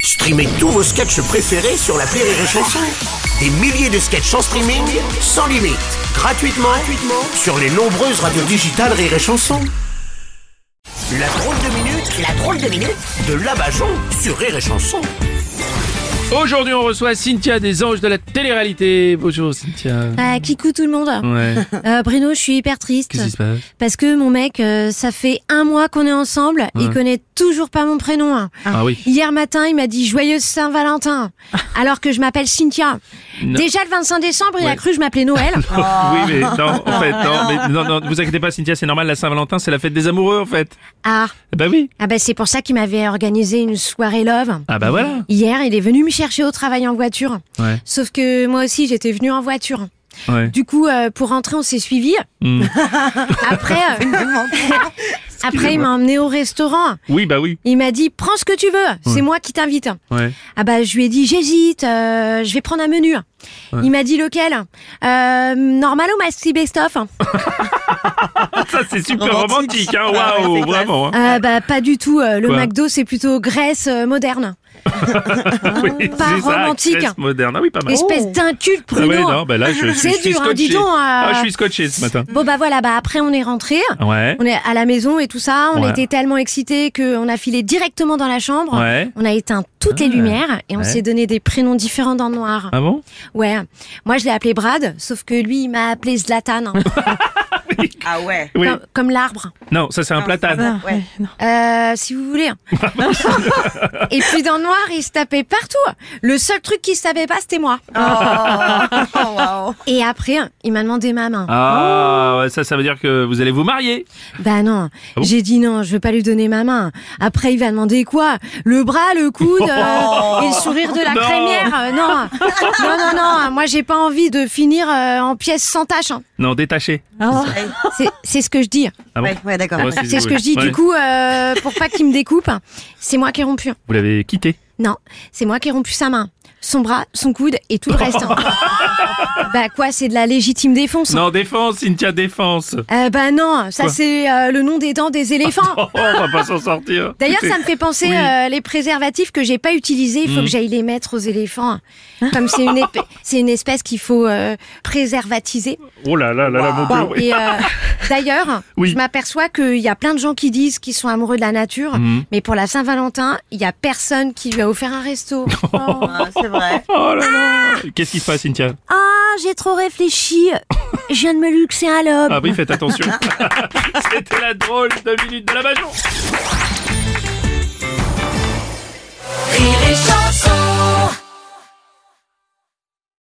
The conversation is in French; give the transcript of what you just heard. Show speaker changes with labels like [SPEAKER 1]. [SPEAKER 1] Streamez tous vos sketchs préférés sur la Rire et Chanson. Des milliers de sketchs en streaming, sans limite, gratuitement, gratuitement sur les nombreuses radios digitales Rire et Chanson. La drôle de minute, la drôle de minute de Labajon sur Rire et Chanson.
[SPEAKER 2] Aujourd'hui, on reçoit Cynthia des Anges de la télé-réalité. Bonjour Cynthia.
[SPEAKER 3] Ah, coucou tout le monde.
[SPEAKER 2] Ouais.
[SPEAKER 3] Euh, Bruno, je suis hyper triste.
[SPEAKER 2] Qu'est-ce qui se passe
[SPEAKER 3] Parce que mon mec, euh, ça fait un mois qu'on est ensemble, il connaît toujours pas mon prénom. hein.
[SPEAKER 2] Ah oui. Ah.
[SPEAKER 3] Hier matin, il m'a dit Joyeuse Saint-Valentin, alors que je m'appelle Cynthia.
[SPEAKER 2] Non.
[SPEAKER 3] Déjà le 25 décembre, il
[SPEAKER 2] Ouais.
[SPEAKER 3] a cru que je m'appelais Noël.
[SPEAKER 2] Oui, mais non, en fait, non, mais non, non, vous inquiétez pas, Cynthia, c'est normal, la Saint-Valentin, c'est la fête des amoureux, en fait.
[SPEAKER 3] Ah,
[SPEAKER 2] Bah oui.
[SPEAKER 3] ah bah c'est pour ça qu'il m'avait organisé une soirée love.
[SPEAKER 2] Ah bah voilà.
[SPEAKER 3] Hier, il est venu me chercher au travail en voiture.
[SPEAKER 2] Ouais,
[SPEAKER 3] Sauf que moi aussi, j'étais venue en voiture.
[SPEAKER 2] ouais.
[SPEAKER 3] Du coup, euh, pour rentrer, on s'est suivis.
[SPEAKER 2] Hmm.
[SPEAKER 3] Après, euh, après, il m'a emmené au restaurant.
[SPEAKER 2] Oui, bah oui.
[SPEAKER 3] Il m'a dit prends ce que tu veux, c'est moi qui t'invite.
[SPEAKER 2] Ouais.
[SPEAKER 3] Ah bah je lui ai dit j'hésite, euh, je vais prendre un menu. Il m'a dit lequel euh, Normal ou Maxi Best Of Euh,
[SPEAKER 2] Ah, Ça, c'est super
[SPEAKER 4] Romantique.
[SPEAKER 2] romantique, hein.
[SPEAKER 4] Ah ouais,
[SPEAKER 2] Waouh,
[SPEAKER 4] c'est classe.
[SPEAKER 2] vraiment. hein.
[SPEAKER 3] Euh, Bah pas du tout. euh, le
[SPEAKER 2] Quoi
[SPEAKER 3] McDo c'est plutôt Grèce euh, moderne,
[SPEAKER 2] Oui,
[SPEAKER 3] Ah, pas
[SPEAKER 2] c'est ça,
[SPEAKER 3] romantique.
[SPEAKER 2] Grèce moderne. Ah oui, pas mal.
[SPEAKER 3] espèce d'inculte
[SPEAKER 2] Ah oui,
[SPEAKER 3] Bruno.
[SPEAKER 2] non, bah là, je, je- je
[SPEAKER 3] c'est
[SPEAKER 2] suis
[SPEAKER 3] dur, hein,
[SPEAKER 2] scotché.
[SPEAKER 3] dis donc. euh,
[SPEAKER 2] Ah, je suis scotché ce matin.
[SPEAKER 3] Bon bah voilà, bah après on est rentré.
[SPEAKER 2] Ouais.
[SPEAKER 3] On est à la maison et tout ça, on
[SPEAKER 2] Ouais.
[SPEAKER 3] était tellement excités qu'on a filé directement dans la chambre.
[SPEAKER 2] Ouais.
[SPEAKER 3] On a éteint toutes
[SPEAKER 2] Ah.
[SPEAKER 3] les lumières et on
[SPEAKER 2] Ouais.
[SPEAKER 3] s'est donné des prénoms différents dans le noir.
[SPEAKER 2] Ah bon
[SPEAKER 3] Ouais, moi je l'ai appelé Brad, sauf que lui il m'a appelé Zlatan, hein,
[SPEAKER 4] Ah ouais. Ah,
[SPEAKER 2] Oui.
[SPEAKER 3] comme, comme l'arbre,
[SPEAKER 2] Non, ça, c'est un platane.
[SPEAKER 4] Ouais.
[SPEAKER 3] Euh, si vous voulez. Et puis dans le noir il se tapait partout. Le seul truc qui se tapait pas c'était moi.
[SPEAKER 4] Oh, oh, wow.
[SPEAKER 3] Et après il m'a demandé ma main.
[SPEAKER 2] Ah, ouais, ça, ça veut dire que vous allez vous marier.
[SPEAKER 3] Bah non,
[SPEAKER 2] Ah bon
[SPEAKER 3] j'ai dit non, je veux pas lui donner ma main. Après il va demander quoi Le bras, le coude euh, et le sourire de la
[SPEAKER 2] Oh. Non.
[SPEAKER 3] crémière. Euh, Non, non, non, non. Moi j'ai pas envie de finir euh, en pièces sans tache. hein.
[SPEAKER 2] Non, détaché.
[SPEAKER 3] C'est- C'est ce que je dis.
[SPEAKER 2] Ah bon
[SPEAKER 4] Ouais, ouais, d'accord.
[SPEAKER 2] Ouais,
[SPEAKER 3] C'est ce que je dis.
[SPEAKER 2] ouais.
[SPEAKER 3] Du coup, euh, pour pas qu'il me découpe, c'est moi qui ai rompu.
[SPEAKER 2] Vous l'avez quitté.
[SPEAKER 3] Non, c'est moi qui ai rompu sa main, son bras, son coude et tout le reste. bah quoi, c'est de la légitime défense.
[SPEAKER 2] Non, défense, Cynthia, défense.
[SPEAKER 3] Euh, bah non, ça
[SPEAKER 2] Quoi
[SPEAKER 3] c'est euh, le nom des dents des éléphants.
[SPEAKER 2] Oh, on va pas s'en sortir.
[SPEAKER 3] D'ailleurs,
[SPEAKER 2] Écoutez,
[SPEAKER 3] ça me fait penser
[SPEAKER 2] Oui.
[SPEAKER 3] euh, les préservatifs que j'ai pas utilisés. Il faut
[SPEAKER 2] Mhm.
[SPEAKER 3] que j'aille les mettre aux éléphants, comme c'est une, ép- c'est une espèce qu'il faut euh, préservatiser.
[SPEAKER 2] Oh là là là là, mon Dieu. oui.
[SPEAKER 3] Et euh, d'ailleurs,
[SPEAKER 2] Oui.
[SPEAKER 3] je m'aperçois qu'il y a plein de gens qui disent qu'ils sont amoureux de la nature,
[SPEAKER 2] Mhm.
[SPEAKER 3] mais pour la Saint-Valentin, il y a personne qui lui a offert un resto. Oh.
[SPEAKER 4] Ah, c'est vrai.
[SPEAKER 2] Oh là là. Qu'est-ce qui se passe, Cynthia
[SPEAKER 3] Ah, j'ai trop réfléchi. Je viens de me luxer un lobe.
[SPEAKER 2] Ah oui, faites attention. C'était la drôle de minute de la Bajon.
[SPEAKER 5] Rire et chanson.